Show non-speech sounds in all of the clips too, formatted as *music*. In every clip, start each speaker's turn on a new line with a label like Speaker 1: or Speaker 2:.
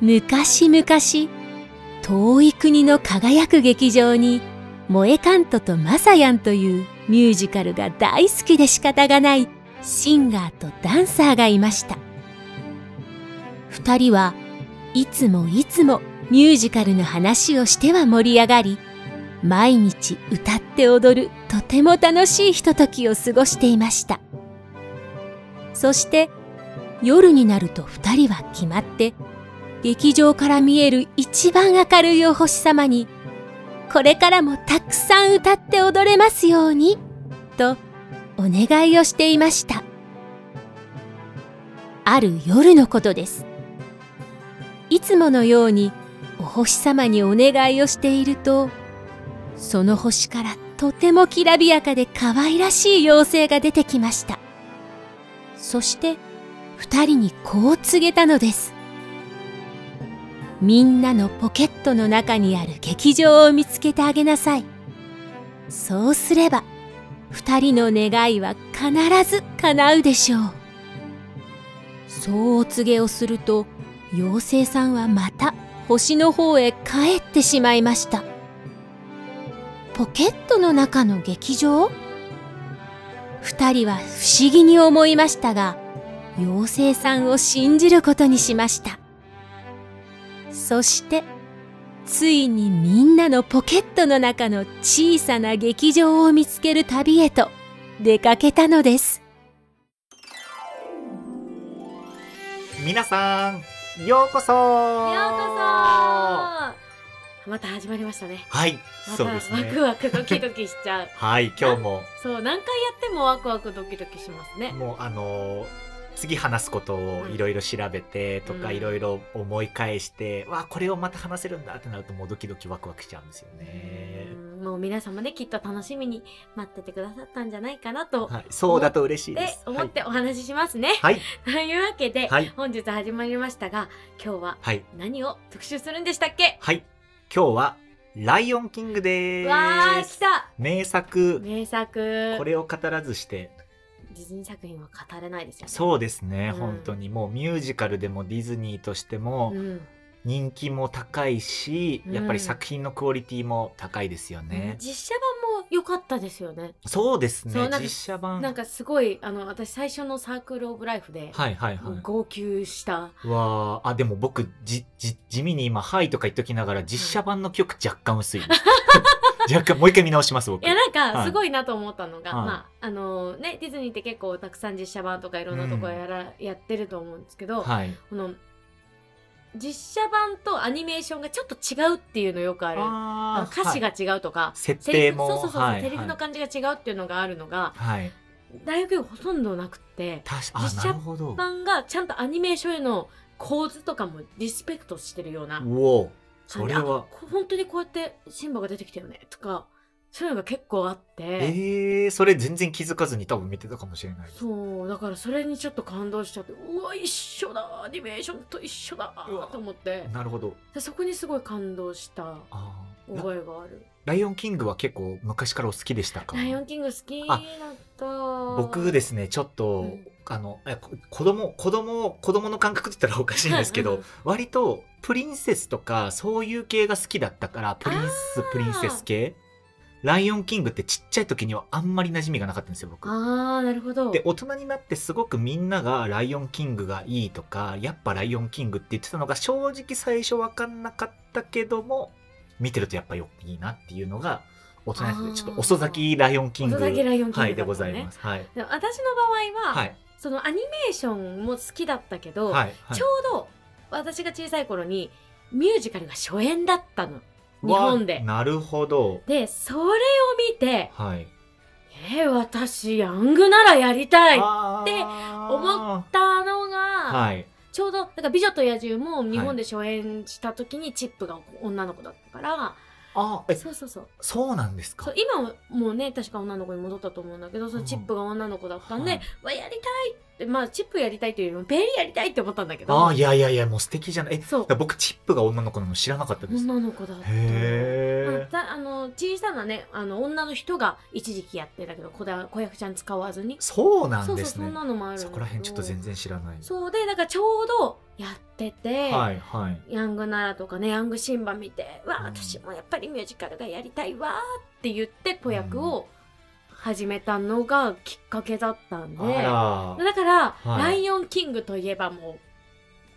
Speaker 1: 昔々遠い国の輝く劇場に萌えカントとマサヤンというミュージカルが大好きで仕方がないシンガーとダンサーがいました二人はいつもいつもミュージカルの話をしては盛り上がり毎日歌って踊るとても楽しいひとときを過ごしていましたそして夜になると二人は決まって劇場から見える一番明るいお星様に、これからもたくさん歌って踊れますように、とお願いをしていました。ある夜のことです。いつものようにお星様にお願いをしていると、その星からとてもきらびやかで可愛らしい妖精が出てきました。そして二人にこう告げたのです。みんなのポケットの中にある劇場を見つけてあげなさい。そうすれば、二人の願いは必ず叶うでしょう。そうお告げをすると、妖精さんはまた星の方へ帰ってしまいました。ポケットの中の劇場二人は不思議に思いましたが、妖精さんを信じることにしました。そして、ついにみんなのポケットの中の小さな劇場を見つける旅へと出かけたのです。
Speaker 2: 皆さん、ようこそよ
Speaker 3: うこそまた始まりましたね。
Speaker 2: はい、
Speaker 3: ま、
Speaker 2: そうですね。
Speaker 3: ワクワクドキドキしちゃう。
Speaker 2: はい、今日も。
Speaker 3: そう、何回やってもワクワクドキドキしますね。
Speaker 2: もうあのー次話すことをいろいろ調べてとかいろいろ思い返して、うん、わあこれをまた話せるんだってなるともうドキドキワクワクしちゃうんですよね。
Speaker 3: うもう皆様ねきっと楽しみに待っててくださったんじゃないかなと、
Speaker 2: はい、そうだと嬉しいです。
Speaker 3: 思ってお話ししますね。
Speaker 2: はい、
Speaker 3: というわけで、はい、本日始まりましたが今日は何を特集するんでしたっけ、
Speaker 2: はい、今日はライオンキングです。
Speaker 3: わあ来た
Speaker 2: 名作
Speaker 3: 名作
Speaker 2: これを語らずして
Speaker 3: ディズニー作品は語れないですよね。
Speaker 2: そうですね、うん、本当にもうミュージカルでもディズニーとしても人気も高いし、うん、やっぱり作品のクオリティも高いですよね。
Speaker 3: うん、実写版も良かったですよね。
Speaker 2: そうですね。実写版
Speaker 3: なんかすごいあの私最初のサークルオブライフで、
Speaker 2: はいはいはい、
Speaker 3: 号泣した。
Speaker 2: わあでも僕じじ地味に今はいとか言っときながら実写版の曲若干薄い。 *laughs* 若干もう一回見直します僕
Speaker 3: いやなんかすごいなと思ったのが、はい、まああのー、ねディズニーって結構たくさん実写版とかいろんなとこやら、うん、やってると思うんですけど、
Speaker 2: はい、
Speaker 3: この実写版とアニメーションがちょっと違うっていうのよくある
Speaker 2: あ、
Speaker 3: 歌詞が違うとか、はい
Speaker 2: 設定も
Speaker 3: そうそうそう、はい、セリフの感じが違うっていうのがあるのが、
Speaker 2: はい、
Speaker 3: 大学ほとんどなくて
Speaker 2: 実
Speaker 3: 写版がちゃんとアニメーションへの構図とかもリスペクトしてるような。
Speaker 2: それは
Speaker 3: 本当にこうやってシンバが出てきたよねとかそういうのが結構あって
Speaker 2: えー、それ全然気づかずに多分見てたかもしれない
Speaker 3: そうだからそれにちょっと感動しちゃってうわ一緒だアニメーションと一緒だと思って
Speaker 2: なるほど
Speaker 3: そこにすごい感動した覚えがある
Speaker 2: ライオンキングは結構昔からお好きでしたか
Speaker 3: ライオンキング好きだった
Speaker 2: 僕ですねちょっと、うん、あの子供子供子供の感覚って言ったらおかしいんですけど割とプリンセスとかそういう系が好きだったからプリンスプリンセス系ライオンキングってちっちゃい時にはあんまり馴染みがなかったんですよ、僕。
Speaker 3: ああ、なるほど。
Speaker 2: で、大人になってすごくみんながライオンキングがいいとか、やっぱライオンキングって言ってたのが正直最初わかんなかったけども、見てるとやっぱよいいなっていうのが、大人になってちょっと遅咲きライオンキング。
Speaker 3: 遅咲きライオンキング、ね、
Speaker 2: はい、でございます。はい。
Speaker 3: 私の場合は、はい、そのアニメーションも好きだったけど、はいはい、ちょうど私が小さい頃にミュージカルが初演だったの。日本で。
Speaker 2: なるほど。
Speaker 3: で、それを見て、
Speaker 2: はい、
Speaker 3: えー、私、ヤングならやりたいって思ったのが、
Speaker 2: はい、
Speaker 3: ちょうど、なんか美女と野獣も日本で初演した時にチップが女の子だったから、
Speaker 2: あ
Speaker 3: そうそうそう
Speaker 2: そうなんですか
Speaker 3: 今もうね確か女の子に戻ったと思うんだけどそのチップが女の子だったんで、うんはい、わやりたいってまあチップやりたいというよりもベリーやりたいって思ったんだけど
Speaker 2: あいやいやいやもう素敵じゃないえ僕チップが女の子なの知らなかったです
Speaker 3: 女の子だった
Speaker 2: へ
Speaker 3: え、まあの小さなねあの女の人が一時期やってたけど子だ子役ちゃん使わずに
Speaker 2: そうなんです
Speaker 3: そうそ
Speaker 2: ね
Speaker 3: うそんなのもある
Speaker 2: そこら辺ちょっと全然知らない
Speaker 3: そうでだからちょうどやってて、
Speaker 2: はいはい。
Speaker 3: ヤングナラとかね、ヤングシンバ見て、わあ、
Speaker 2: うん
Speaker 3: 私もやっぱりミュージカルがやりたいわーって言って子役を始めたのがきっかけだったんで、
Speaker 2: あら。
Speaker 3: だから、
Speaker 2: は
Speaker 3: ラ
Speaker 2: い
Speaker 3: イオンキングといえばもう、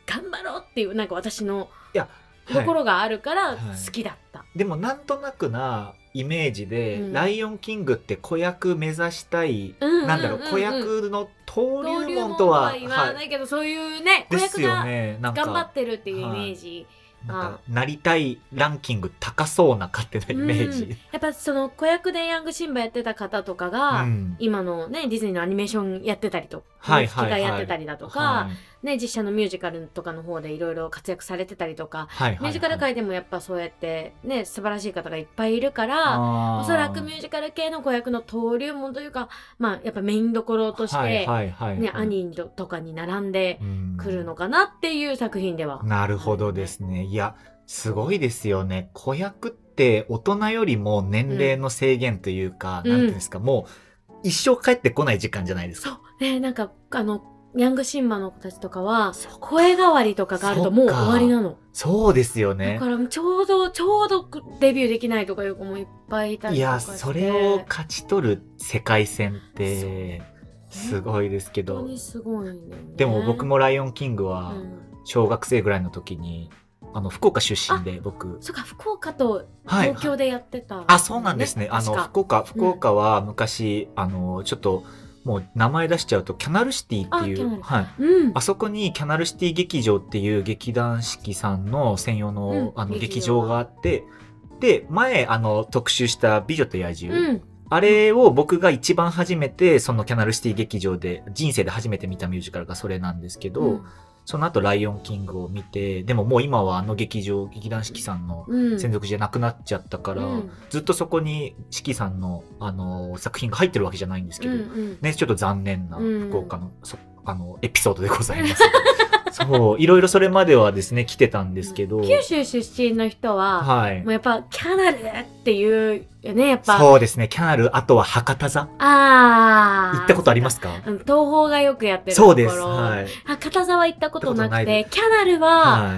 Speaker 3: 頑張ろうっていう、なんか私の
Speaker 2: は
Speaker 3: と
Speaker 2: い
Speaker 3: ころがあるから
Speaker 2: はい
Speaker 3: 好きだった。
Speaker 2: でもなんとなくなイメージで、
Speaker 3: うん
Speaker 2: ライオンキングって子役目指したい、
Speaker 3: うんうんうん
Speaker 2: なんだろう子役の登
Speaker 3: 登
Speaker 2: 竜
Speaker 3: 竜門
Speaker 2: 門
Speaker 3: と
Speaker 2: とは
Speaker 3: は言わないけど、そういうね、子
Speaker 2: で
Speaker 3: 役
Speaker 2: すよ
Speaker 3: が
Speaker 2: ねなんか
Speaker 3: 頑張ってるっていうイメージ。
Speaker 2: なんかなりたいランキング高そうな勝手なイメー
Speaker 3: うん
Speaker 2: ジ、
Speaker 3: やっぱその子役でヤングシンバやってた方とか
Speaker 2: う
Speaker 3: が、
Speaker 2: ん
Speaker 3: 今のね、ディズニーのアニメーションやってたりとか、
Speaker 2: はいはいはい
Speaker 3: 劇画やってたりだとか、
Speaker 2: はい
Speaker 3: ね、実写のミュージカルとかの方でいろいろ活躍されてたりとか、
Speaker 2: はいはい
Speaker 3: ミュージカル界でもやっぱそうやってね、素晴らしい方がいっぱいいるから、お
Speaker 2: お
Speaker 3: そらくミュージカル系の子役の登竜門というか、まあやっぱメインどころとして、ね、アニーとかに並んでくるのかなっていう作品では。
Speaker 2: なるほどですね。いや、すごいですよね。子役って大人よりも年齢の制限というか、
Speaker 3: うん
Speaker 2: なんていうんですか、もう一生帰ってこない時間じゃないです
Speaker 3: そ
Speaker 2: か。
Speaker 3: う。ね、なんか、あの、ヤングシンバの子たちとかは、
Speaker 2: そ
Speaker 3: 声変わりとかがあるともう
Speaker 2: そっか
Speaker 3: 終わりなの。
Speaker 2: そうですよ
Speaker 3: だ
Speaker 2: ね
Speaker 3: か。らちょうど、ちょうどデビューできないとかいう子もいっぱいいたり
Speaker 2: い
Speaker 3: とか
Speaker 2: や、
Speaker 3: して。
Speaker 2: それを勝ち取る世界戦って、すごいですけ
Speaker 3: 本当
Speaker 2: ど。
Speaker 3: にすごいんだよね。
Speaker 2: でも僕もライオンキング
Speaker 3: う
Speaker 2: は
Speaker 3: ん。
Speaker 2: 小学生ぐらいの時に、あの、福岡出身で僕、
Speaker 3: そっか、福岡と
Speaker 2: はい
Speaker 3: 東京でやってた、
Speaker 2: あ、そうなんですね。あの、
Speaker 3: 確か
Speaker 2: 福岡、福岡は昔、あの、ちょっと、もう名前出しちゃうと、キャナルシティってい
Speaker 3: あキャナ
Speaker 2: う、
Speaker 3: ル
Speaker 2: はい。
Speaker 3: うん
Speaker 2: あ。そこにキャナルシティ劇場っていう劇団四季さんの専用の,、
Speaker 3: うん
Speaker 2: あの
Speaker 3: 劇
Speaker 2: 劇
Speaker 3: 場
Speaker 2: 場があって、で、前、あの、特集した美女と野獣。
Speaker 3: うん。
Speaker 2: あれを僕が一番初めて、そのキャナルシティ劇場で、人生で初めて見たミュージカルがそれなんですけど、その後ライオンキングを見て、でももう今はあの劇場、劇団四季さんの
Speaker 3: うん。
Speaker 2: 専属じゃなくなっちゃったから、
Speaker 3: うん
Speaker 2: ずっとそこに四季さんの、あの作品が入ってるわけじゃないんですけど、
Speaker 3: うんうん
Speaker 2: ね、ちょっと残念な
Speaker 3: うん
Speaker 2: 福岡の,、そあのエピソードでございます。 *laughs* そう、いろいろそれまではですね、来てたんですけど、
Speaker 3: 九州出身の人は、
Speaker 2: はい
Speaker 3: もう。やっぱキャナルっていうよね、やっぱ。
Speaker 2: そうですね、キャナル、あとは博多座、
Speaker 3: ああ。
Speaker 2: 行ったことありますか
Speaker 3: あの東宝がよくやってるところ。
Speaker 2: そうです。はい。
Speaker 3: あ、片沢行ったことな
Speaker 2: 行
Speaker 3: く
Speaker 2: ったことな
Speaker 3: て、キャナルは、
Speaker 2: は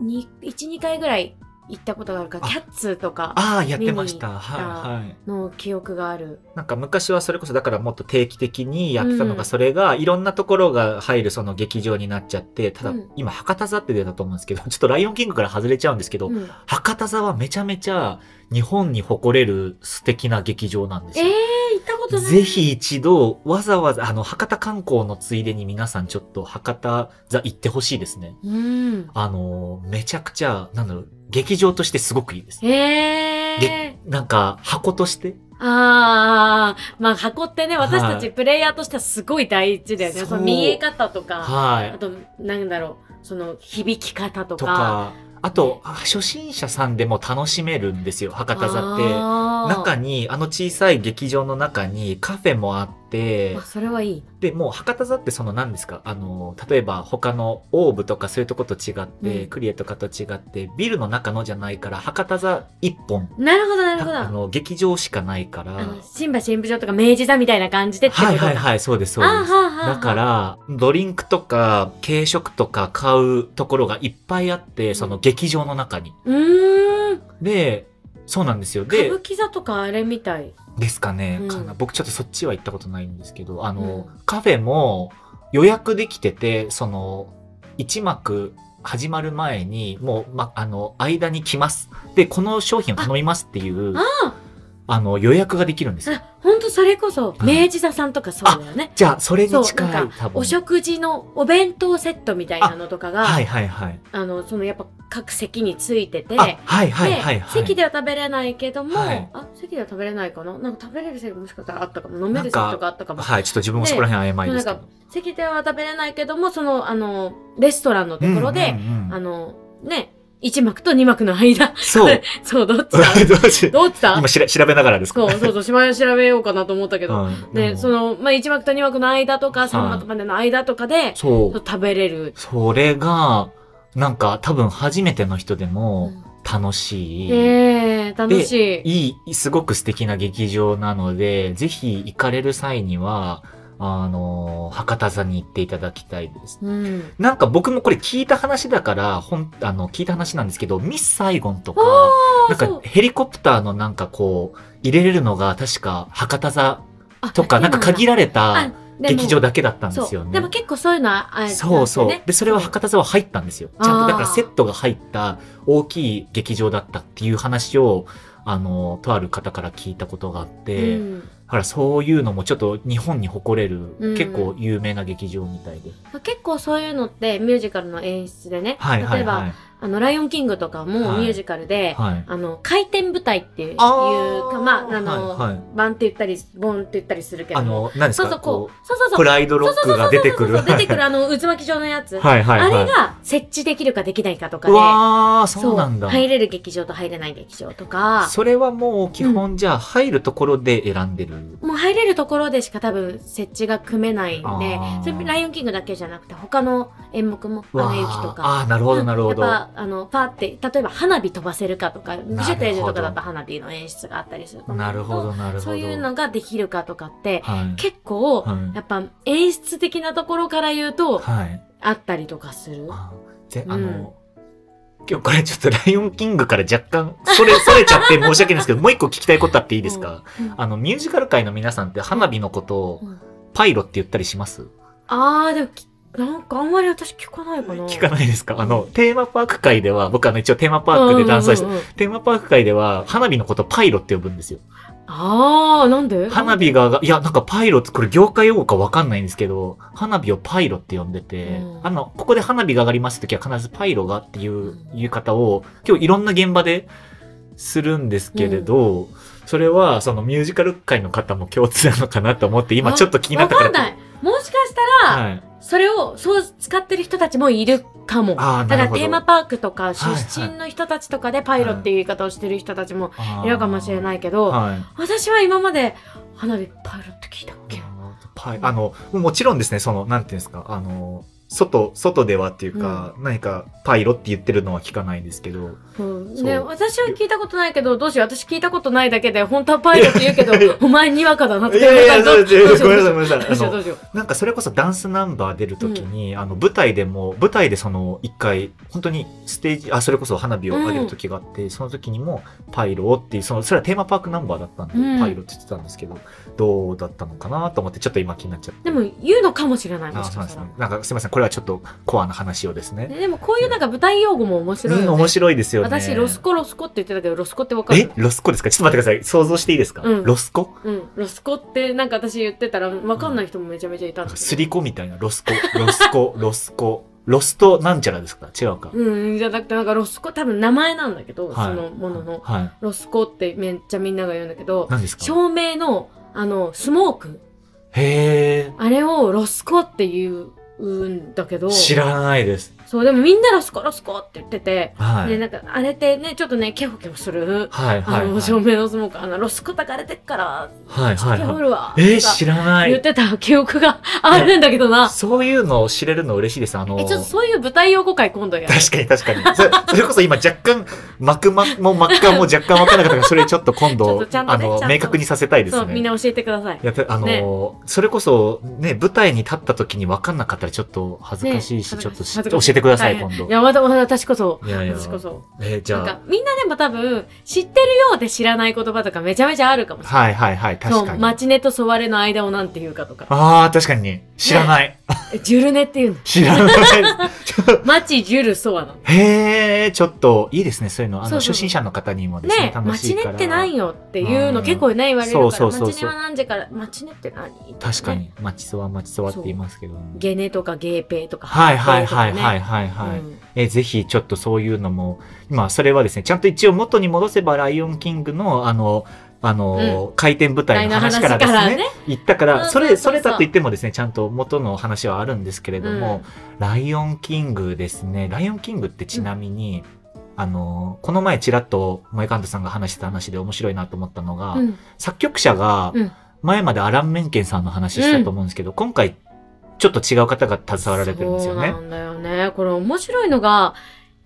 Speaker 2: い、
Speaker 3: に1、2回ぐらい行ったことがあるから、
Speaker 2: あ
Speaker 3: キャッツーとか
Speaker 2: ああ、やってました。
Speaker 3: 見に行った
Speaker 2: はい、はい。
Speaker 3: の記憶がある。
Speaker 2: なんか昔はそれこそだからもっと定期的にやってたのが、
Speaker 3: うん
Speaker 2: それがいろんなところが入るその劇場になっちゃって、ただ
Speaker 3: うん
Speaker 2: 今博多座って出たと思うんですけど、ちょっとライオンキングから外れちゃうんですけど、
Speaker 3: うん
Speaker 2: 博多座はめちゃめちゃ日本に誇れる素敵な劇場なんです
Speaker 3: えー、
Speaker 2: よ。
Speaker 3: 行ったことない。
Speaker 2: ぜひ一度、わざわざ、あの、博多観光のついでに皆さんちょっと博多座行ってほしいですね。
Speaker 3: うん。
Speaker 2: あの、めちゃくちゃ、なんだろう、劇場としてすごくいいです。
Speaker 3: えー
Speaker 2: で。なんか、箱として
Speaker 3: ああ、まあ箱ってね、
Speaker 2: はい
Speaker 3: 私たちプレイヤーとしてはすごい大事だよね。
Speaker 2: そう
Speaker 3: その見え方とか、
Speaker 2: はい
Speaker 3: あ。と、なんだろう、その響き方と
Speaker 2: と
Speaker 3: か。
Speaker 2: か、あと、あ初心者さんでも楽しめるんですよ、博多座って。中
Speaker 3: に。
Speaker 2: に、あの小さい劇場の中にカフェもあって
Speaker 3: あ、それはいい。
Speaker 2: で、もう博多座ってその何ですか、あの、例えば他のオーブとかそういうとこと違って、
Speaker 3: うん
Speaker 2: クリエとかと違って、ビルの中のじゃないから、博多座一本、
Speaker 3: なるほど、なるほど。
Speaker 2: あの、劇場しかないから、
Speaker 3: あの新橋演舞場とか明治座みたいな感じでってこと
Speaker 2: はいはいはい、そうです、そう
Speaker 3: あ
Speaker 2: です。
Speaker 3: はあはあ
Speaker 2: だから、ドリンクとか、軽食とか買うところがいっぱいあって、その劇場の中に。
Speaker 3: うーん
Speaker 2: で、そうなんですよ。
Speaker 3: 歌
Speaker 2: で
Speaker 3: 舞、伎座とかあれみたい
Speaker 2: ですかね、
Speaker 3: うん
Speaker 2: かな僕ちょっとそっちは行ったことないんですけど、あの、
Speaker 3: う
Speaker 2: カフェも予約できてて、その、一幕始まる前に、もう、ま、あの、間に来ます。で、この商品を頼みますっていう、
Speaker 3: あ
Speaker 2: あの、予約ができるんですよ。
Speaker 3: あほんとそれこそ
Speaker 2: はい
Speaker 3: 明治座さんとかそうだよね
Speaker 2: じゃあ、それに
Speaker 3: そうな
Speaker 2: 近
Speaker 3: ん
Speaker 2: い、多分。
Speaker 3: お食事のお弁当セットみたいなのとかがあ,、
Speaker 2: はいはいはい。
Speaker 3: のそのやっぱ各席についてて
Speaker 2: あ、はいはいはいはい。
Speaker 3: で席では食べれないけども、
Speaker 2: はい
Speaker 3: あ席では食べれないかななんか食べれる席もしかしたらあったかも飲める席とかあったかも
Speaker 2: はい、ちょっと自分もそこら辺曖昧ですけど。
Speaker 3: 席では食べれないけどもそのあのレストランのところで、
Speaker 2: うんうんうん
Speaker 3: あのね1幕と2幕の間 *laughs*
Speaker 2: そう。
Speaker 3: そうどっち
Speaker 2: *laughs* ど
Speaker 3: だ
Speaker 2: うし
Speaker 3: どうした
Speaker 2: 今しら調べながらですか
Speaker 3: そうそうそう、島屋調べようかなと思ったけど。
Speaker 2: うんで
Speaker 3: ね、
Speaker 2: も
Speaker 3: その、まあ、1幕と2幕の間とか、
Speaker 2: い
Speaker 3: 3幕までの間とかで、
Speaker 2: そ
Speaker 3: そう
Speaker 2: う。
Speaker 3: 食べれる。
Speaker 2: それが、なんか多分初めての人でも楽しい、
Speaker 3: ええ楽しい。
Speaker 2: いい、すごく素敵な劇場なので、ぜひ行かれる際には、あの、博多座に行っていただきたいです。
Speaker 3: うん。
Speaker 2: なんか僕もこれ聞いた話だから、ほん、あの、聞いた話なんですけど、ミス・サイゴンとか、
Speaker 3: あ
Speaker 2: なん
Speaker 3: あ、そ
Speaker 2: か
Speaker 3: う。
Speaker 2: ヘリコプターのなんかこう、入れれるのが確か博多座
Speaker 3: あ
Speaker 2: とか、なんか限られ
Speaker 3: あ
Speaker 2: た
Speaker 3: でも
Speaker 2: 劇場だけだったんです
Speaker 3: そ
Speaker 2: よ
Speaker 3: う
Speaker 2: ね。
Speaker 3: でも結構そういうのは、あ
Speaker 2: そうそう
Speaker 3: なんかね。
Speaker 2: で、それは博多座は入ったんですよ。ちゃんとだからセットが入った大きい劇場だったっていう話を、あの、とある方から聞いたことがあって、
Speaker 3: うん
Speaker 2: だからそういうのもちょっと日本に誇れる、
Speaker 3: うん
Speaker 2: 結構有名な劇場みたいで。
Speaker 3: 結構そういうのってミュージカルの演出でね、
Speaker 2: はいは
Speaker 3: 例え
Speaker 2: い
Speaker 3: ば、
Speaker 2: はい。
Speaker 3: あの、ライオンキングとかも
Speaker 2: はい
Speaker 3: ミュージカルで、
Speaker 2: はい。
Speaker 3: あの、回転舞台っていういう
Speaker 2: あー
Speaker 3: か、まあ、あの、
Speaker 2: はいはい
Speaker 3: バンって言ったり、ボンって言ったりするけど
Speaker 2: あ
Speaker 3: も、
Speaker 2: の、何です
Speaker 3: そう
Speaker 2: か
Speaker 3: そう、こ
Speaker 2: こ
Speaker 3: う、そうそう
Speaker 2: う、
Speaker 3: そ
Speaker 2: プ
Speaker 3: う、
Speaker 2: ライドロックが出てく
Speaker 3: そ
Speaker 2: る。
Speaker 3: うそうそう出てくる、あの、渦巻き状のやつ。
Speaker 2: *laughs* はいはいはい。
Speaker 3: あれが設置できるかできないかとか
Speaker 2: う
Speaker 3: で、
Speaker 2: わー、そうなんだ。
Speaker 3: 入れる劇場と入れない劇場とか、
Speaker 2: それはもう基本じゃあ入るところで選んでる。
Speaker 3: もう入れるところでしか多分設置が組めないん
Speaker 2: あ
Speaker 3: で、
Speaker 2: ー
Speaker 3: それライオンキングだけじゃなくて、他の演目も、ア
Speaker 2: わ
Speaker 3: ナ
Speaker 2: ー
Speaker 3: 雪とか。
Speaker 2: あー、なるほどなるほど。
Speaker 3: うんやっぱあのパーって例えば花火飛ばせるかとか
Speaker 2: ど
Speaker 3: 美女と野獣とかだったら花火の演出があったりすると思う
Speaker 2: なるほどなるほど。
Speaker 3: そういうのができるかとかって
Speaker 2: はい。
Speaker 3: 結構、
Speaker 2: はい
Speaker 3: やっぱ演出的なところから言うと、
Speaker 2: はい。
Speaker 3: あったりとかする。
Speaker 2: あーぜあの、今日これちょっとライオンキングから若
Speaker 3: *laughs*
Speaker 2: 干、それ、それちゃって申し訳ないんですけど、もう一個聞きたいことあっていいですか、
Speaker 3: うん
Speaker 2: あの、ミュージカル界の皆さんって花火のことを
Speaker 3: うん
Speaker 2: パイロって言ったりします、
Speaker 3: あーでもきなんかあんまり私聞かないかな。
Speaker 2: 聞かないですかあの、テーマパーク界では、僕あの一応テーマパークでダンサーして、
Speaker 3: うんうんうん
Speaker 2: テーマパーク界では花火のことパイロって呼ぶんですよ。
Speaker 3: あーなんで
Speaker 2: 花火が、いや、なんかパイロって、これ業界用語かわかんないんですけど、花火をパイロって呼んでて、
Speaker 3: うん
Speaker 2: あの、ここで花火が上がりますときは必ずパイロがっていううん言い方を、今日いろんな現場でするんですけれど、それはそのミュージカル界の方も共通なのかなと思って、今ちょっと気になった
Speaker 3: わ
Speaker 2: か。
Speaker 3: からんない。もしかしたら、
Speaker 2: はい。
Speaker 3: それをそう使ってる人たちもいるかも。
Speaker 2: あー
Speaker 3: だか
Speaker 2: なる
Speaker 3: ら
Speaker 2: ほど
Speaker 3: テーマパークとか出
Speaker 2: はい
Speaker 3: 身の人たちとかでパイロっていう言い方をしてる人たちも
Speaker 2: あー
Speaker 3: いるかもしれないけど、
Speaker 2: はい。
Speaker 3: 私は今まで花火パイロって聞いたっけ
Speaker 2: パイあのもちろんですねそのなんていうんですかあの外外ではっていうか、何かパイロって言ってるのは聞かないんですけど
Speaker 3: うん
Speaker 2: そう
Speaker 3: ね、私は聞いたことないけど、どうしよう、私聞いたことないだけで、本当はパイロって言うけど
Speaker 2: いやいや、
Speaker 3: お前にわかだなっ
Speaker 2: い
Speaker 3: て。
Speaker 2: やいや
Speaker 3: ど
Speaker 2: そううですごめんなさ
Speaker 3: ど
Speaker 2: いご
Speaker 3: う
Speaker 2: めんなさい
Speaker 3: しよう、
Speaker 2: あ
Speaker 3: ど
Speaker 2: の
Speaker 3: うしよう。
Speaker 2: なんかそれこそダンスナンバー出る時に、あの舞台でも舞台でその一回本当にステージあそれこそ花火を上げる時があって、その時にもパイロっていうそのそれはテーマパークナンバーだったんで、
Speaker 3: うん
Speaker 2: パイロって言ってたんですけどどうだったのかなと思ってちょっと今気になっちゃって
Speaker 3: でも、言うのかもしれない、も
Speaker 2: あ
Speaker 3: し
Speaker 2: そう
Speaker 3: か
Speaker 2: なん
Speaker 3: し
Speaker 2: です
Speaker 3: た
Speaker 2: ね
Speaker 3: ら。
Speaker 2: なんかすいませんこれはちょっとコアな話をですね
Speaker 3: ねでも、こういうなんか舞台用語も面白いよね。
Speaker 2: うん、面白いですよね。
Speaker 3: 私、ロスコロスコって言ってたけど、ロスコってわか
Speaker 2: え
Speaker 3: る
Speaker 2: ロスコですかちょっと待ってください。想像していいですか、
Speaker 3: うん
Speaker 2: ロスコ
Speaker 3: うん。ロスコって、なんか私言ってたら、わかんない人もめちゃめちゃいたんです
Speaker 2: スリコみたいな。ロスコ、 *laughs* ロスコ、ロスコ。ロストなんちゃらですか違うか。
Speaker 3: うん、じゃなくて、なんかロスコ、多分名前なんだけど、
Speaker 2: はい
Speaker 3: そのものの。
Speaker 2: はい。
Speaker 3: ロスコってめっちゃみんなが言うんだけど、
Speaker 2: 何ですか
Speaker 3: 照明の、あの、スモーク。
Speaker 2: へ
Speaker 3: あれをロスコって言うんだけど、
Speaker 2: ー。知らないです。
Speaker 3: そう、でもみんなロスコロスコって言ってて、
Speaker 2: はい。
Speaker 3: で、なんか、あれってね、ちょっとね、ケホケホする。
Speaker 2: はい
Speaker 3: あ
Speaker 2: はい、
Speaker 3: の、
Speaker 2: はい。
Speaker 3: 照明のスモーク、あの、ロスコたかれてっから、
Speaker 2: はいはい
Speaker 3: ケホ
Speaker 2: はい。
Speaker 3: るわ。
Speaker 2: えー、
Speaker 3: とか
Speaker 2: 知らな
Speaker 3: 言っ
Speaker 2: い。
Speaker 3: てた記憶があるんだけどな。
Speaker 2: そういうのを知れるの嬉しいです。あの
Speaker 3: え、ちょっとそういう舞台用語会今度やる。
Speaker 2: 確かに確かに。それそれこそ今若干、幕間も幕間も若干わからなかったから、それちょっと今
Speaker 3: ちょっ
Speaker 2: 度、
Speaker 3: とちゃんと
Speaker 2: あ
Speaker 3: ね
Speaker 2: の
Speaker 3: ちゃ、んと
Speaker 2: 明確にさせたいです
Speaker 3: そ
Speaker 2: ね。
Speaker 3: う、みんな教えてください。
Speaker 2: やっぱりあのーそれこそね、舞台に立った時に分かんなかったらちょっと恥ずかしいし、
Speaker 3: ね
Speaker 2: ちょっとし
Speaker 3: 恥ず
Speaker 2: 教
Speaker 3: かし
Speaker 2: えてください、
Speaker 3: 大変
Speaker 2: 今度。
Speaker 3: いや、まだまだ私こそ。
Speaker 2: いやいや
Speaker 3: 私こそ。
Speaker 2: えーじ
Speaker 3: なん
Speaker 2: ゃ
Speaker 3: か、みんなでも多分、知ってるようで知らない言葉とかめちゃめちゃあるかも
Speaker 2: あ、
Speaker 3: し
Speaker 2: はいはいはい、
Speaker 3: れない。そ
Speaker 2: 確か
Speaker 3: う、
Speaker 2: に。
Speaker 3: マチネとソワレの間をなんて言うかとか。
Speaker 2: ああ、確かに。知らない。
Speaker 3: えジュルネっていうの。
Speaker 2: 知らない。
Speaker 3: マチ、ジュル、ソワなの。
Speaker 2: へえ、ちょっと、いいですね、そういうの。あの、
Speaker 3: そうそうそう
Speaker 2: 初心者の方にもですね、
Speaker 3: ねえ、マ
Speaker 2: 楽し
Speaker 3: チ
Speaker 2: い
Speaker 3: ネ
Speaker 2: から。
Speaker 3: って何よっていうの結構ね、言われるから。
Speaker 2: そうそうそうそう
Speaker 3: マチネは何時から、マチネって何
Speaker 2: 確か。
Speaker 3: ね
Speaker 2: に、マチソワ、マチソワって言いますけど。
Speaker 3: ゲネとかゲーペーとか。
Speaker 2: はいはいはい
Speaker 3: ゲーペーとかね
Speaker 2: はいはいはい。
Speaker 3: うん
Speaker 2: えーぜひちょっとそういうのも、今それはですね、ちゃんと一応元に戻せばライオンキングのあの、あの、回転舞台の話からです
Speaker 3: 舞台の話から
Speaker 2: ね
Speaker 3: ね、
Speaker 2: 言ったか
Speaker 3: うん
Speaker 2: ら、そ
Speaker 3: そう
Speaker 2: れ、
Speaker 3: そうそ
Speaker 2: そうれだと言ってもですね、ちゃんと元の話はあるんですけれども、ライオンキングですね、ライオンキングってちなみに、あの、この前ちらっと前神田さんが話してた話で面白いなと思ったのが、
Speaker 3: うん
Speaker 2: 作曲者が
Speaker 3: うん、
Speaker 2: 前までアラン・メンケンさんの話したと思うんですけど、今回ちょっと違う方が携わられてるんですよね
Speaker 3: そう。なんだよね。これ面白いのが、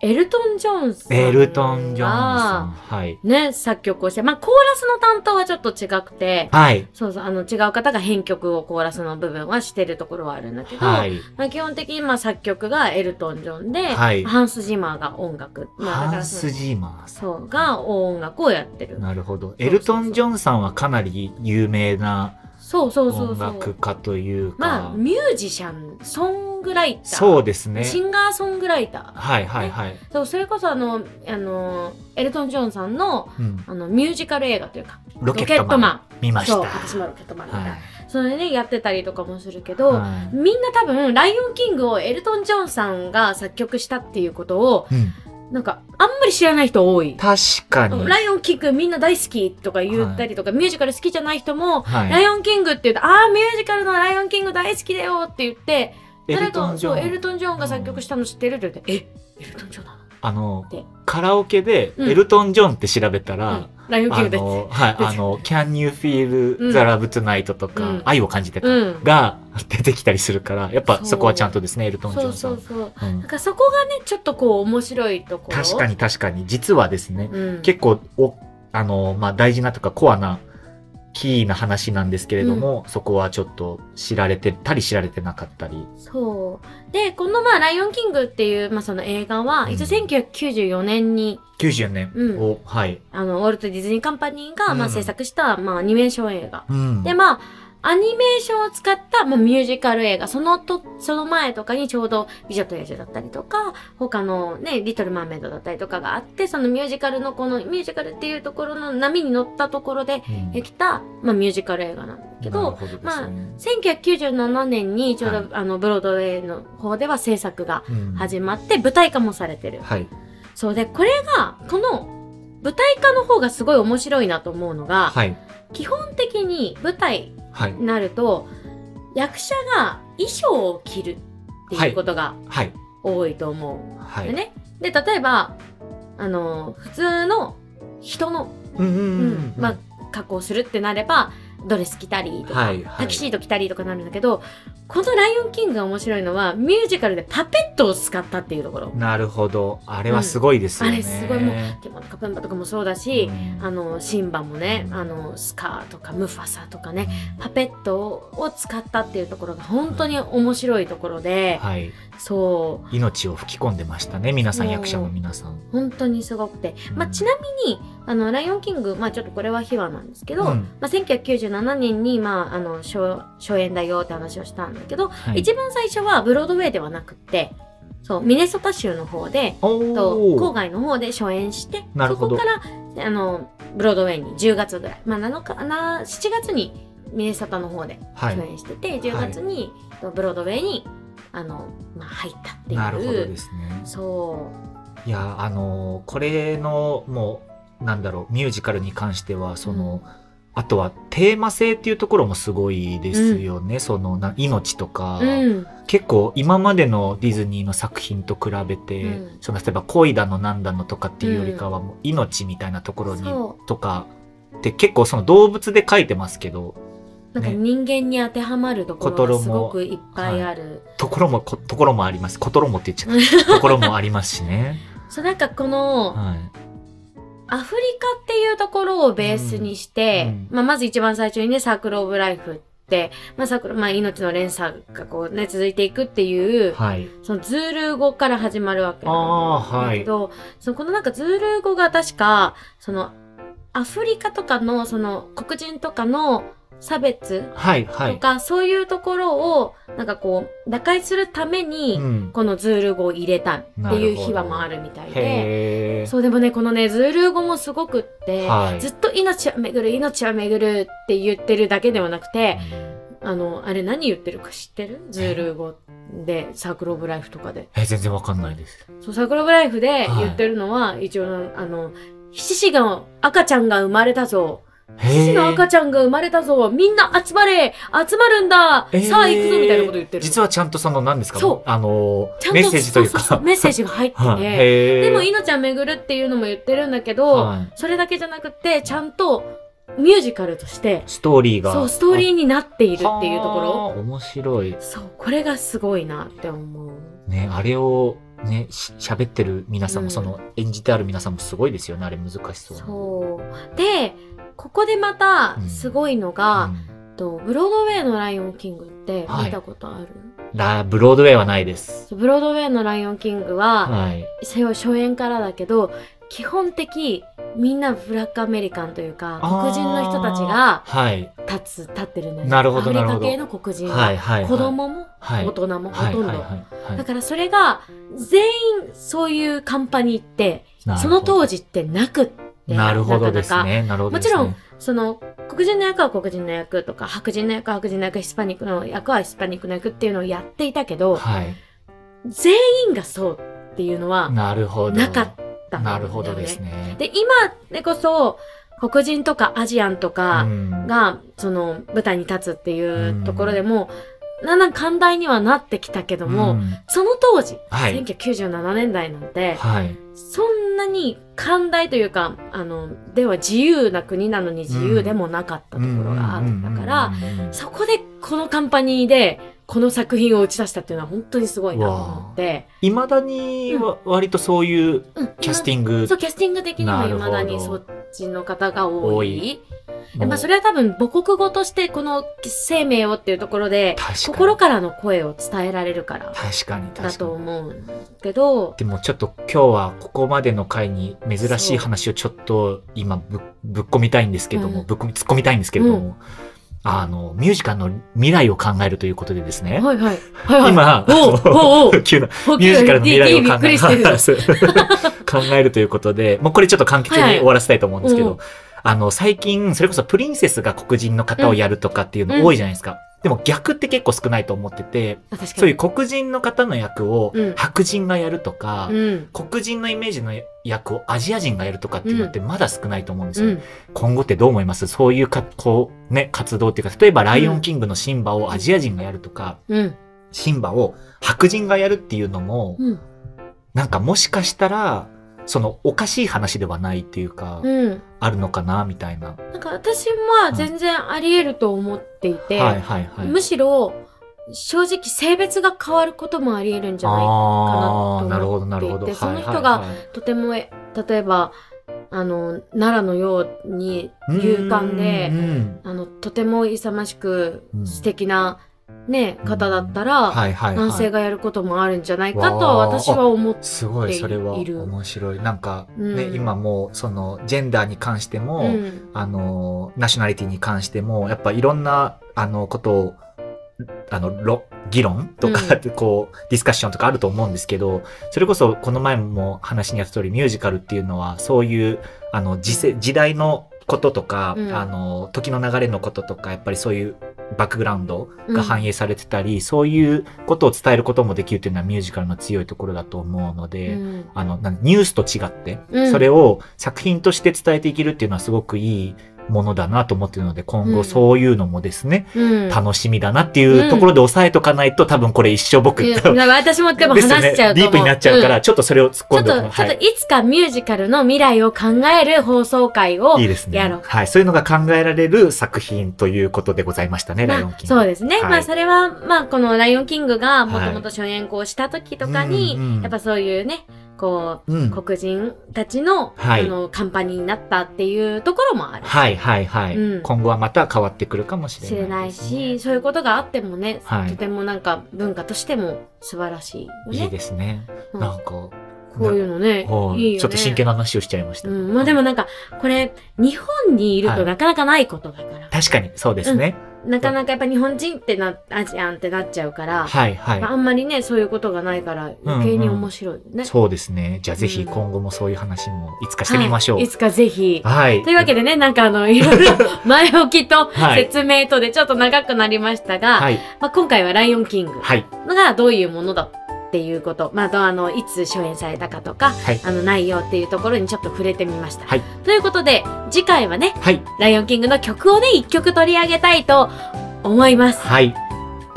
Speaker 3: エルトン・ジョンソンが。
Speaker 2: エルトン・ジョンソン。はい。
Speaker 3: ね、作曲をして、まあ、コーラスの担当はちょっと違くて、
Speaker 2: はい。
Speaker 3: そうそう、あの、違う方が編曲をコーラスの部分はしてるところはあるんだけど、
Speaker 2: はい。
Speaker 3: まあ、基本的に、まあ、作曲がエルトン・ジョンで、
Speaker 2: はい
Speaker 3: ハンス・ジマーが音楽。まあ、だか
Speaker 2: ハ
Speaker 3: ら
Speaker 2: ン
Speaker 3: そ
Speaker 2: ス・
Speaker 3: の
Speaker 2: ジーマーさん。
Speaker 3: そう、が音楽をやってる。
Speaker 2: なるほど。
Speaker 3: そう
Speaker 2: エルトン・ジョンさんはかなり有名な
Speaker 3: そうそうそう
Speaker 2: 音
Speaker 3: そ
Speaker 2: 楽
Speaker 3: う。
Speaker 2: 家というか
Speaker 3: まあ、、ミュージシャン、ソングライター。
Speaker 2: そうですね。
Speaker 3: シンガーソングライター。
Speaker 2: はいはいはい。
Speaker 3: そう、それこそあの、あの、エルトン・ジョンさんの、
Speaker 2: うん
Speaker 3: あの、ミュージカル映画というか、
Speaker 2: ロケットマン。見ました。
Speaker 3: そう、
Speaker 2: は
Speaker 3: 私もロケットマン
Speaker 2: い
Speaker 3: だから、それで、やってたりとかもするけど、
Speaker 2: は
Speaker 3: みんな多分、ライオンキングをエルトン・ジョンさんが作曲したっていうことを、
Speaker 2: い。うん
Speaker 3: なんか、あんまり知らない人多い。
Speaker 2: 確かに。
Speaker 3: ライオンキングみんな大好きとか言ったりとか、ミュージカル好きじゃない人も、ラ
Speaker 2: はい。
Speaker 3: イオンキングって言うと、ああ、ミュージカルのライオンキング大好きだよって言って、
Speaker 2: エ
Speaker 3: 誰
Speaker 2: ル
Speaker 3: か
Speaker 2: トン・ジョン。
Speaker 3: そうエルトン・ジョンが作曲したの知ってるって言って、え、エルトン・ジョンなの
Speaker 2: あの
Speaker 3: で、
Speaker 2: カラオケで、
Speaker 3: うん
Speaker 2: エルトン・ジョンって調べたら、
Speaker 3: ライオンキ
Speaker 2: あ
Speaker 3: ングです。*laughs*
Speaker 2: の、はい、あの、Can You Feel
Speaker 3: うん
Speaker 2: the Love Tonight とか、
Speaker 3: うん
Speaker 2: 愛を感じてた、
Speaker 3: うん。
Speaker 2: が *laughs* 出てきたりするから、や
Speaker 3: そ
Speaker 2: っぱ
Speaker 3: う
Speaker 2: そこはちゃんとですね、エルトン・ジ
Speaker 3: そ
Speaker 2: ョ
Speaker 3: う
Speaker 2: ンさ
Speaker 3: そ
Speaker 2: ん。
Speaker 3: うそう。
Speaker 2: うん
Speaker 3: なんかそこがね、ちょっとこう面白いところ。
Speaker 2: 確かに確かに、実はですね、
Speaker 3: うん。
Speaker 2: 結構お、あの、まあ、大事なとかコアな、キーな話なんですけれども、そこはちょっと知られてたり知られてなかったり。
Speaker 3: そう。で、このまあ、ライオンキングっていう、まあその映画は、
Speaker 2: うん
Speaker 3: 一応1994年に、
Speaker 2: 90年を、はい。
Speaker 3: あの、ウォルト・ディズニー・カンパニーが、まあ
Speaker 2: うん
Speaker 3: 制作した、まあアニメーション映画。
Speaker 2: うん。
Speaker 3: で、まあ、アニメーションを使った、まあ、ミュージカル映画、そのと、その前とかにちょうど、美女と野獣だったりとか、他のね、リトル・マーメイドだったりとかがあって、そのミュージカルのこの、ミュージカルっていうところの波に乗ったところで
Speaker 2: うん
Speaker 3: できた、まあ、ミュージカル映画なんだけど、、
Speaker 2: なるほですね
Speaker 3: まあ1997年にちょうど、
Speaker 2: はい
Speaker 3: あのブロードウェイの方では制作が
Speaker 2: うん
Speaker 3: 始まって舞台化もされてる、
Speaker 2: はい。
Speaker 3: そうでこれがこの舞台化の方がすごい面白いなと思うのが、
Speaker 2: はい。
Speaker 3: 基本的に舞台
Speaker 2: はい。
Speaker 3: になると役者が衣装を着るっていうことが
Speaker 2: はい。
Speaker 3: 多いと思う、
Speaker 2: は
Speaker 3: で
Speaker 2: い。
Speaker 3: ねで例えばあの普通の人の、
Speaker 2: うんう
Speaker 3: う
Speaker 2: んうんんうん。
Speaker 3: まあ、加工するってなればドレス着たりとか、
Speaker 2: はい、は
Speaker 3: タ
Speaker 2: い
Speaker 3: キ。シード着たりとかなるんだけど、この「ライオンキング」が面白いのはミュージカルでパペットを使ったっていうところ、
Speaker 2: なるほど。あれはすごいですよね。
Speaker 3: うんあれすごいもうでもカプンバとかもそうだし、
Speaker 2: うん
Speaker 3: あのシンバもね、
Speaker 2: うん
Speaker 3: あのスカーとかムファサとかねパペットを使ったっていうところが本当に面白いところで、
Speaker 2: はい。
Speaker 3: そ
Speaker 2: 命を吹き込んでましたね。皆さん、
Speaker 3: そう
Speaker 2: 役者も皆さん。
Speaker 3: う本当にすごくて、まあ、ちなみに「あのライオンキング」まあ、ちょっとこれは秘話なんですけど、
Speaker 2: うん
Speaker 3: まあ、1997年に、まあ、あの初初演だよって話をしたんだけど、
Speaker 2: はい
Speaker 3: 一番最初はブロードウェイではなくってそうミネソタ州の方でと
Speaker 2: お
Speaker 3: 郊
Speaker 2: ー
Speaker 3: 外の方で初演して
Speaker 2: な
Speaker 3: そ
Speaker 2: るほ
Speaker 3: こ
Speaker 2: ど
Speaker 3: からあのブロードウェイに10月ぐらい、まあ、7日な7月にミネソタの方で
Speaker 2: は
Speaker 3: 初
Speaker 2: い。
Speaker 3: 演してて、10月に、とブロードウェイにあの、まあ、入ったっていう
Speaker 2: なるほどですね。
Speaker 3: そ
Speaker 2: いや、あのー、これの、もう、なんだろう、ミュージカルに関しては、その、あとはテーマ性っていうところもすごいですよね。そのな命とか、
Speaker 3: う、うん、
Speaker 2: 結構今までのディズニーの作品と比べて、
Speaker 3: うん
Speaker 2: その例えば恋だのなんだのとかっていうよりかはもう命みたいなところに、
Speaker 3: そ
Speaker 2: とかって結構その動物で書いてますけど
Speaker 3: なんか
Speaker 2: ね
Speaker 3: 人間に当てはまるところがすごくいっぱいある、
Speaker 2: ところもこところもありますことろもって言っちゃっ
Speaker 3: *laughs*
Speaker 2: たところもありますしね、
Speaker 3: そうなんかこの、
Speaker 2: はい、
Speaker 3: アフリカっていうところをベースにして、
Speaker 2: うん
Speaker 3: まあ、まず一番最初にね、サークルオブライフって、まあ、サークル、まあ、命の連鎖がこうね、続いていくっていう、
Speaker 2: はい、
Speaker 3: そのズールー語から始まるわけ
Speaker 2: あー
Speaker 3: なんだけど、そのこのなんかズールー語が確か、その、アフリカとかの、その、黒人とかの差別
Speaker 2: はいは
Speaker 3: と
Speaker 2: い
Speaker 3: か、そういうところを、なんかこう、打開するために、
Speaker 2: うん
Speaker 3: このズールー語を入れたっていう秘話もあるみたいで、
Speaker 2: へー
Speaker 3: そうでもねこのねズールー語もすごくって、
Speaker 2: はい
Speaker 3: ずっと「命は巡る命は巡る」って言ってるだけではなくてあのあれ何言ってるか知ってるズールー語でサークル・オブ・ライフとかで
Speaker 2: え全然わかんないです
Speaker 3: そうサークル・オブ・ライフで言ってるのは、一応あの「七子が赤ちゃんが生まれたぞ七子
Speaker 2: へ
Speaker 3: の赤ちゃんが生まれたぞみんな集まれ集まるんだ、さあ行くぞ」みたいなこと言ってる
Speaker 2: 実はちゃんとその何ですか
Speaker 3: そう
Speaker 2: あの
Speaker 3: ちゃんと
Speaker 2: メッセージというか
Speaker 3: そそそメッセージが入ってて、
Speaker 2: *laughs* はいへー
Speaker 3: でも「命は巡る」っていうのも言ってるんだけど、
Speaker 2: はい
Speaker 3: それだけじゃなくてちゃんとミュージカルとして
Speaker 2: ストーリーが
Speaker 3: そうストーリーになってい
Speaker 2: い
Speaker 3: るっていうところ
Speaker 2: 面白い
Speaker 3: そうこれがすごいなって思う
Speaker 2: ねあれをね、し喋ってる皆さんも、
Speaker 3: うん
Speaker 2: その演じてある皆さんもすごいですよね。あれ難しそうな。
Speaker 3: そう。で、ここでまた
Speaker 2: うん
Speaker 3: すごいの
Speaker 2: う
Speaker 3: が、
Speaker 2: ん
Speaker 3: とブロードウェイのライオンキングって
Speaker 2: はい
Speaker 3: 見たことある、
Speaker 2: ラブロードウェイはないです。
Speaker 3: そうブロードウェイのライオンキングは、
Speaker 2: はい。
Speaker 3: それは初演からだけど、基本的みんなブラックアメリカンというか、黒人の人たちが
Speaker 2: あーはい。
Speaker 3: 立つ、立ってるんです
Speaker 2: なるほど
Speaker 3: アメ
Speaker 2: な
Speaker 3: リ
Speaker 2: る
Speaker 3: カ
Speaker 2: ほど
Speaker 3: 系の黒人が、
Speaker 2: はいはいはい。
Speaker 3: 子供も
Speaker 2: はい、
Speaker 3: 大人もほ
Speaker 2: はい
Speaker 3: とんど。
Speaker 2: はいはいは
Speaker 3: だ
Speaker 2: い
Speaker 3: からそれが全員そういうカンパニーって
Speaker 2: なるほ
Speaker 3: そ
Speaker 2: ど
Speaker 3: の当時ってなくって
Speaker 2: なるほどです
Speaker 3: なかなか
Speaker 2: ね。なるほど
Speaker 3: も
Speaker 2: です
Speaker 3: ち
Speaker 2: ね。
Speaker 3: ろんその黒人の役は黒人の役とか白人の役は白人の役ヒスパニックの役はヒスパニックの役っていうのをやっていたけど、
Speaker 2: はい。
Speaker 3: 全員がそうっていうのは
Speaker 2: なるほど。
Speaker 3: なかったんだよね
Speaker 2: なるほどですね。
Speaker 3: で今でこそ黒人とかアジアンと
Speaker 2: う
Speaker 3: か
Speaker 2: ん
Speaker 3: がその舞台に立つっていうところでも、だんだん寛大にはなってきたけども、
Speaker 2: うん
Speaker 3: その当時、
Speaker 2: はい
Speaker 3: 1997年代なんて、
Speaker 2: はい。
Speaker 3: そんなに寛大というか、あの、では自由な国なのに自由でもなかったところがあったから、
Speaker 2: うんうんうんうん、
Speaker 3: そこでこのカンパニーでこの作品を打ち出したっていうのは本当にすごいなと思って、
Speaker 2: いまだにわ割とそういう
Speaker 3: うん
Speaker 2: キャステ
Speaker 3: ィン
Speaker 2: ィング
Speaker 3: そう、キャスティング的にも
Speaker 2: なる
Speaker 3: 未
Speaker 2: ほど
Speaker 3: だにそっちの方が多
Speaker 2: 多
Speaker 3: い
Speaker 2: い。
Speaker 3: で
Speaker 2: も
Speaker 3: まあそれは多分母国語としてこの生命をっていうところで、
Speaker 2: 確かに
Speaker 3: 心からの声を伝えられるから
Speaker 2: 確かに確か
Speaker 3: だ
Speaker 2: に
Speaker 3: と思うけど、
Speaker 2: でもちょっと今日はここまでの回に珍しい話をちょっと今ぶっぶっ込みたいんですけども、
Speaker 3: うん
Speaker 2: ぶっ込み突っ込みたいんですけれども、
Speaker 3: う
Speaker 2: あのミュージカルの未来を考えるということでですね、
Speaker 3: はいはい。はいはい、
Speaker 2: 今
Speaker 3: おうおうおう
Speaker 2: 急な
Speaker 3: 補給
Speaker 2: ミュージカルの未来を
Speaker 3: びっ
Speaker 2: 考
Speaker 3: く
Speaker 2: え
Speaker 3: りして
Speaker 2: *laughs*
Speaker 3: る。
Speaker 2: 考えるということで、もうこれちょっと簡潔に
Speaker 3: はい
Speaker 2: 終わらせたいと思うんですけど、
Speaker 3: うん
Speaker 2: あの、最近、それこそプリンセスが黒人の方をやるとかっていう
Speaker 3: うん
Speaker 2: の多いじゃないですか。でも逆って結構少ないと思ってて、
Speaker 3: あ確かに。
Speaker 2: そういう黒人の方の役を
Speaker 3: うん
Speaker 2: 白人がやるとか、
Speaker 3: うん。
Speaker 2: 黒人のイメージの役をアジア人がやるとかっていうのってまだ少ないと思うんです
Speaker 3: う
Speaker 2: よ。
Speaker 3: ん。
Speaker 2: 今後ってどう思いますそういうか、こう、ね、活動っていうか、例えばライオンキングのシンバをアジア人がやるとか、
Speaker 3: うん。
Speaker 2: シンバを白人がやるっていうのも、
Speaker 3: うん。
Speaker 2: なんかもしかしたら、そのおかしい話ではないっていうか、
Speaker 3: うん。
Speaker 2: あるのかなみたいな。
Speaker 3: なんか私は全然あり得ると思っていて、
Speaker 2: はいはいはい。
Speaker 3: むしろ、正直性別が変わることもあり得るんじゃない
Speaker 2: ああー、な
Speaker 3: な
Speaker 2: る
Speaker 3: と
Speaker 2: ほ
Speaker 3: 思
Speaker 2: ど
Speaker 3: っていて
Speaker 2: な
Speaker 3: そ
Speaker 2: るほど。
Speaker 3: の人
Speaker 2: はい
Speaker 3: が
Speaker 2: はいはい
Speaker 3: とても、え例えば、あの、奈良のように勇敢
Speaker 2: う
Speaker 3: で、
Speaker 2: ん
Speaker 3: あの、とても勇ましく
Speaker 2: うん
Speaker 3: 素敵な、ね、方だった
Speaker 2: うん
Speaker 3: ら、
Speaker 2: はいはいはい。
Speaker 3: 男性がやることもあるんじゃないかとは私は思って、
Speaker 2: すごいそれは
Speaker 3: っている
Speaker 2: 面白い。なんか
Speaker 3: うん
Speaker 2: ね、今もうそのジェンダーに関しても、
Speaker 3: うん
Speaker 2: あのナショナリティに関してもやっぱいろんなあのことをあのろ議論と
Speaker 3: うん
Speaker 2: かってこう、ディスカッションとかあると思うんですけどそれこそこの前も話にあった通りミュージカルっていうのはそういうあの時世時代のこととか、
Speaker 3: うん
Speaker 2: あの時の流れのこととかやっぱりそういうバックグラウンドが反映されてたり、そういうことを伝えることもできるっていうのはミュージカルの強いところだと思うので、
Speaker 3: うん
Speaker 2: あの、なんニュースと違って、
Speaker 3: うん
Speaker 2: それを作品として伝えていけるっていうのはすごくいいものだなと思ってるので、今
Speaker 3: う
Speaker 2: 後
Speaker 3: ん
Speaker 2: そういうのもですね、
Speaker 3: うん
Speaker 2: 楽しみだなっていうところで抑えとかないと、多分これ一生僕、
Speaker 3: いやなんか私もでも
Speaker 2: ですよ
Speaker 3: 話しちゃうと思う。
Speaker 2: ディープになっちゃうから、ちょっとそれを突っ
Speaker 3: うん
Speaker 2: 込ん
Speaker 3: ち
Speaker 2: で
Speaker 3: ょ
Speaker 2: お
Speaker 3: っと、
Speaker 2: くの
Speaker 3: ちょっ
Speaker 2: は
Speaker 3: と
Speaker 2: い。
Speaker 3: いつかミュージカルの未来を考える放送会を、
Speaker 2: いいです
Speaker 3: やろう
Speaker 2: ね。はい。そういうのが考えられる作品ということでございましたね、
Speaker 3: ま
Speaker 2: ライオン
Speaker 3: あ、
Speaker 2: キング。
Speaker 3: そうですね。
Speaker 2: はい
Speaker 3: まあ、それは、まあ、このライオンキングがもと
Speaker 2: は
Speaker 3: も
Speaker 2: い
Speaker 3: と初演こうした時とかに、
Speaker 2: うんうん
Speaker 3: やっぱそういうね、こ
Speaker 2: う
Speaker 3: う、
Speaker 2: ん。
Speaker 3: 黒人たちの、
Speaker 2: はい
Speaker 3: あの、カンパニーになったっていうところもある。
Speaker 2: はいはいはい、
Speaker 3: うん
Speaker 2: 今後はまた変わってくるかもしれ
Speaker 3: 知れ
Speaker 2: な
Speaker 3: ないい
Speaker 2: です
Speaker 3: し、
Speaker 2: ね、
Speaker 3: そういうことがあってもね、
Speaker 2: はい
Speaker 3: とてもなんか文化としても素晴らしいよね。
Speaker 2: いいですね。
Speaker 3: うん
Speaker 2: なんか、
Speaker 3: こういうのね、いいよ
Speaker 2: はい
Speaker 3: ね。
Speaker 2: ちょっと真剣な話をしちゃいました。
Speaker 3: うん、まあでもなんか、これ、日本にいると
Speaker 2: はい
Speaker 3: なかなかないことだから、
Speaker 2: 確かに、そうですね。
Speaker 3: なかなかやっぱ日本人ってな、アジアンってなっちゃうから、
Speaker 2: はいはい
Speaker 3: まあ、。あんまりね、そういうことがないから、余計に面白いよね。
Speaker 2: そうですね。じゃあぜひ
Speaker 3: うん
Speaker 2: 今後もそういう話もいつかしてみましょう。
Speaker 3: はい、いつかぜひ。
Speaker 2: はい。
Speaker 3: というわけでね、なんかあの、いろいろ
Speaker 2: *laughs*
Speaker 3: 前置きと
Speaker 2: はい
Speaker 3: 説明とでちょっと長くなりましたが、
Speaker 2: はい。
Speaker 3: まあ、今回はライオンキング
Speaker 2: はい。
Speaker 3: がどういうものだっていうこと、まあ、あとあの、いつ初演されたかとか、
Speaker 2: はい。
Speaker 3: あの、内容っていうところにちょっと触れてみました。
Speaker 2: はい
Speaker 3: ということで、次回はね、
Speaker 2: はい。
Speaker 3: ライオンキングの曲をね、一曲取り上げたいと思います。
Speaker 2: はい。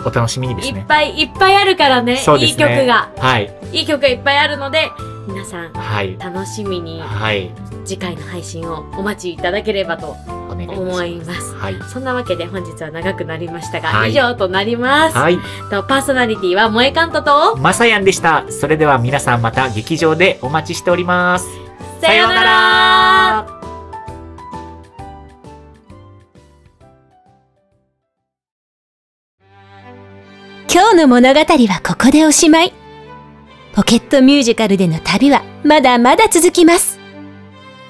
Speaker 2: お楽しみにです
Speaker 3: いっ
Speaker 2: ね。
Speaker 3: ぱいいっぱいあるからね、
Speaker 2: そうで
Speaker 3: いい
Speaker 2: す
Speaker 3: 曲
Speaker 2: ね
Speaker 3: が。。
Speaker 2: はい。
Speaker 3: いい曲がいっぱいあるので、皆さん
Speaker 2: はい。
Speaker 3: 楽しみに
Speaker 2: はい。
Speaker 3: 次回の配信をお待ちいただければと
Speaker 2: お願いいたします。
Speaker 3: 思います。
Speaker 2: はい。
Speaker 3: そんなわけで本日は長くなりましたが、
Speaker 2: はい
Speaker 3: 以上となります。
Speaker 2: はい。
Speaker 3: とパーソナリティは萌えカントと、
Speaker 2: まさやんでした。それでは皆さんまた劇場でお待ちしております。
Speaker 3: さようなら
Speaker 1: 今日の物語はここでおしまい。ポケットミュージカルでの旅はまだまだ続きます。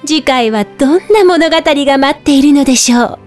Speaker 1: 次回はどんな物語が待っているのでしょう。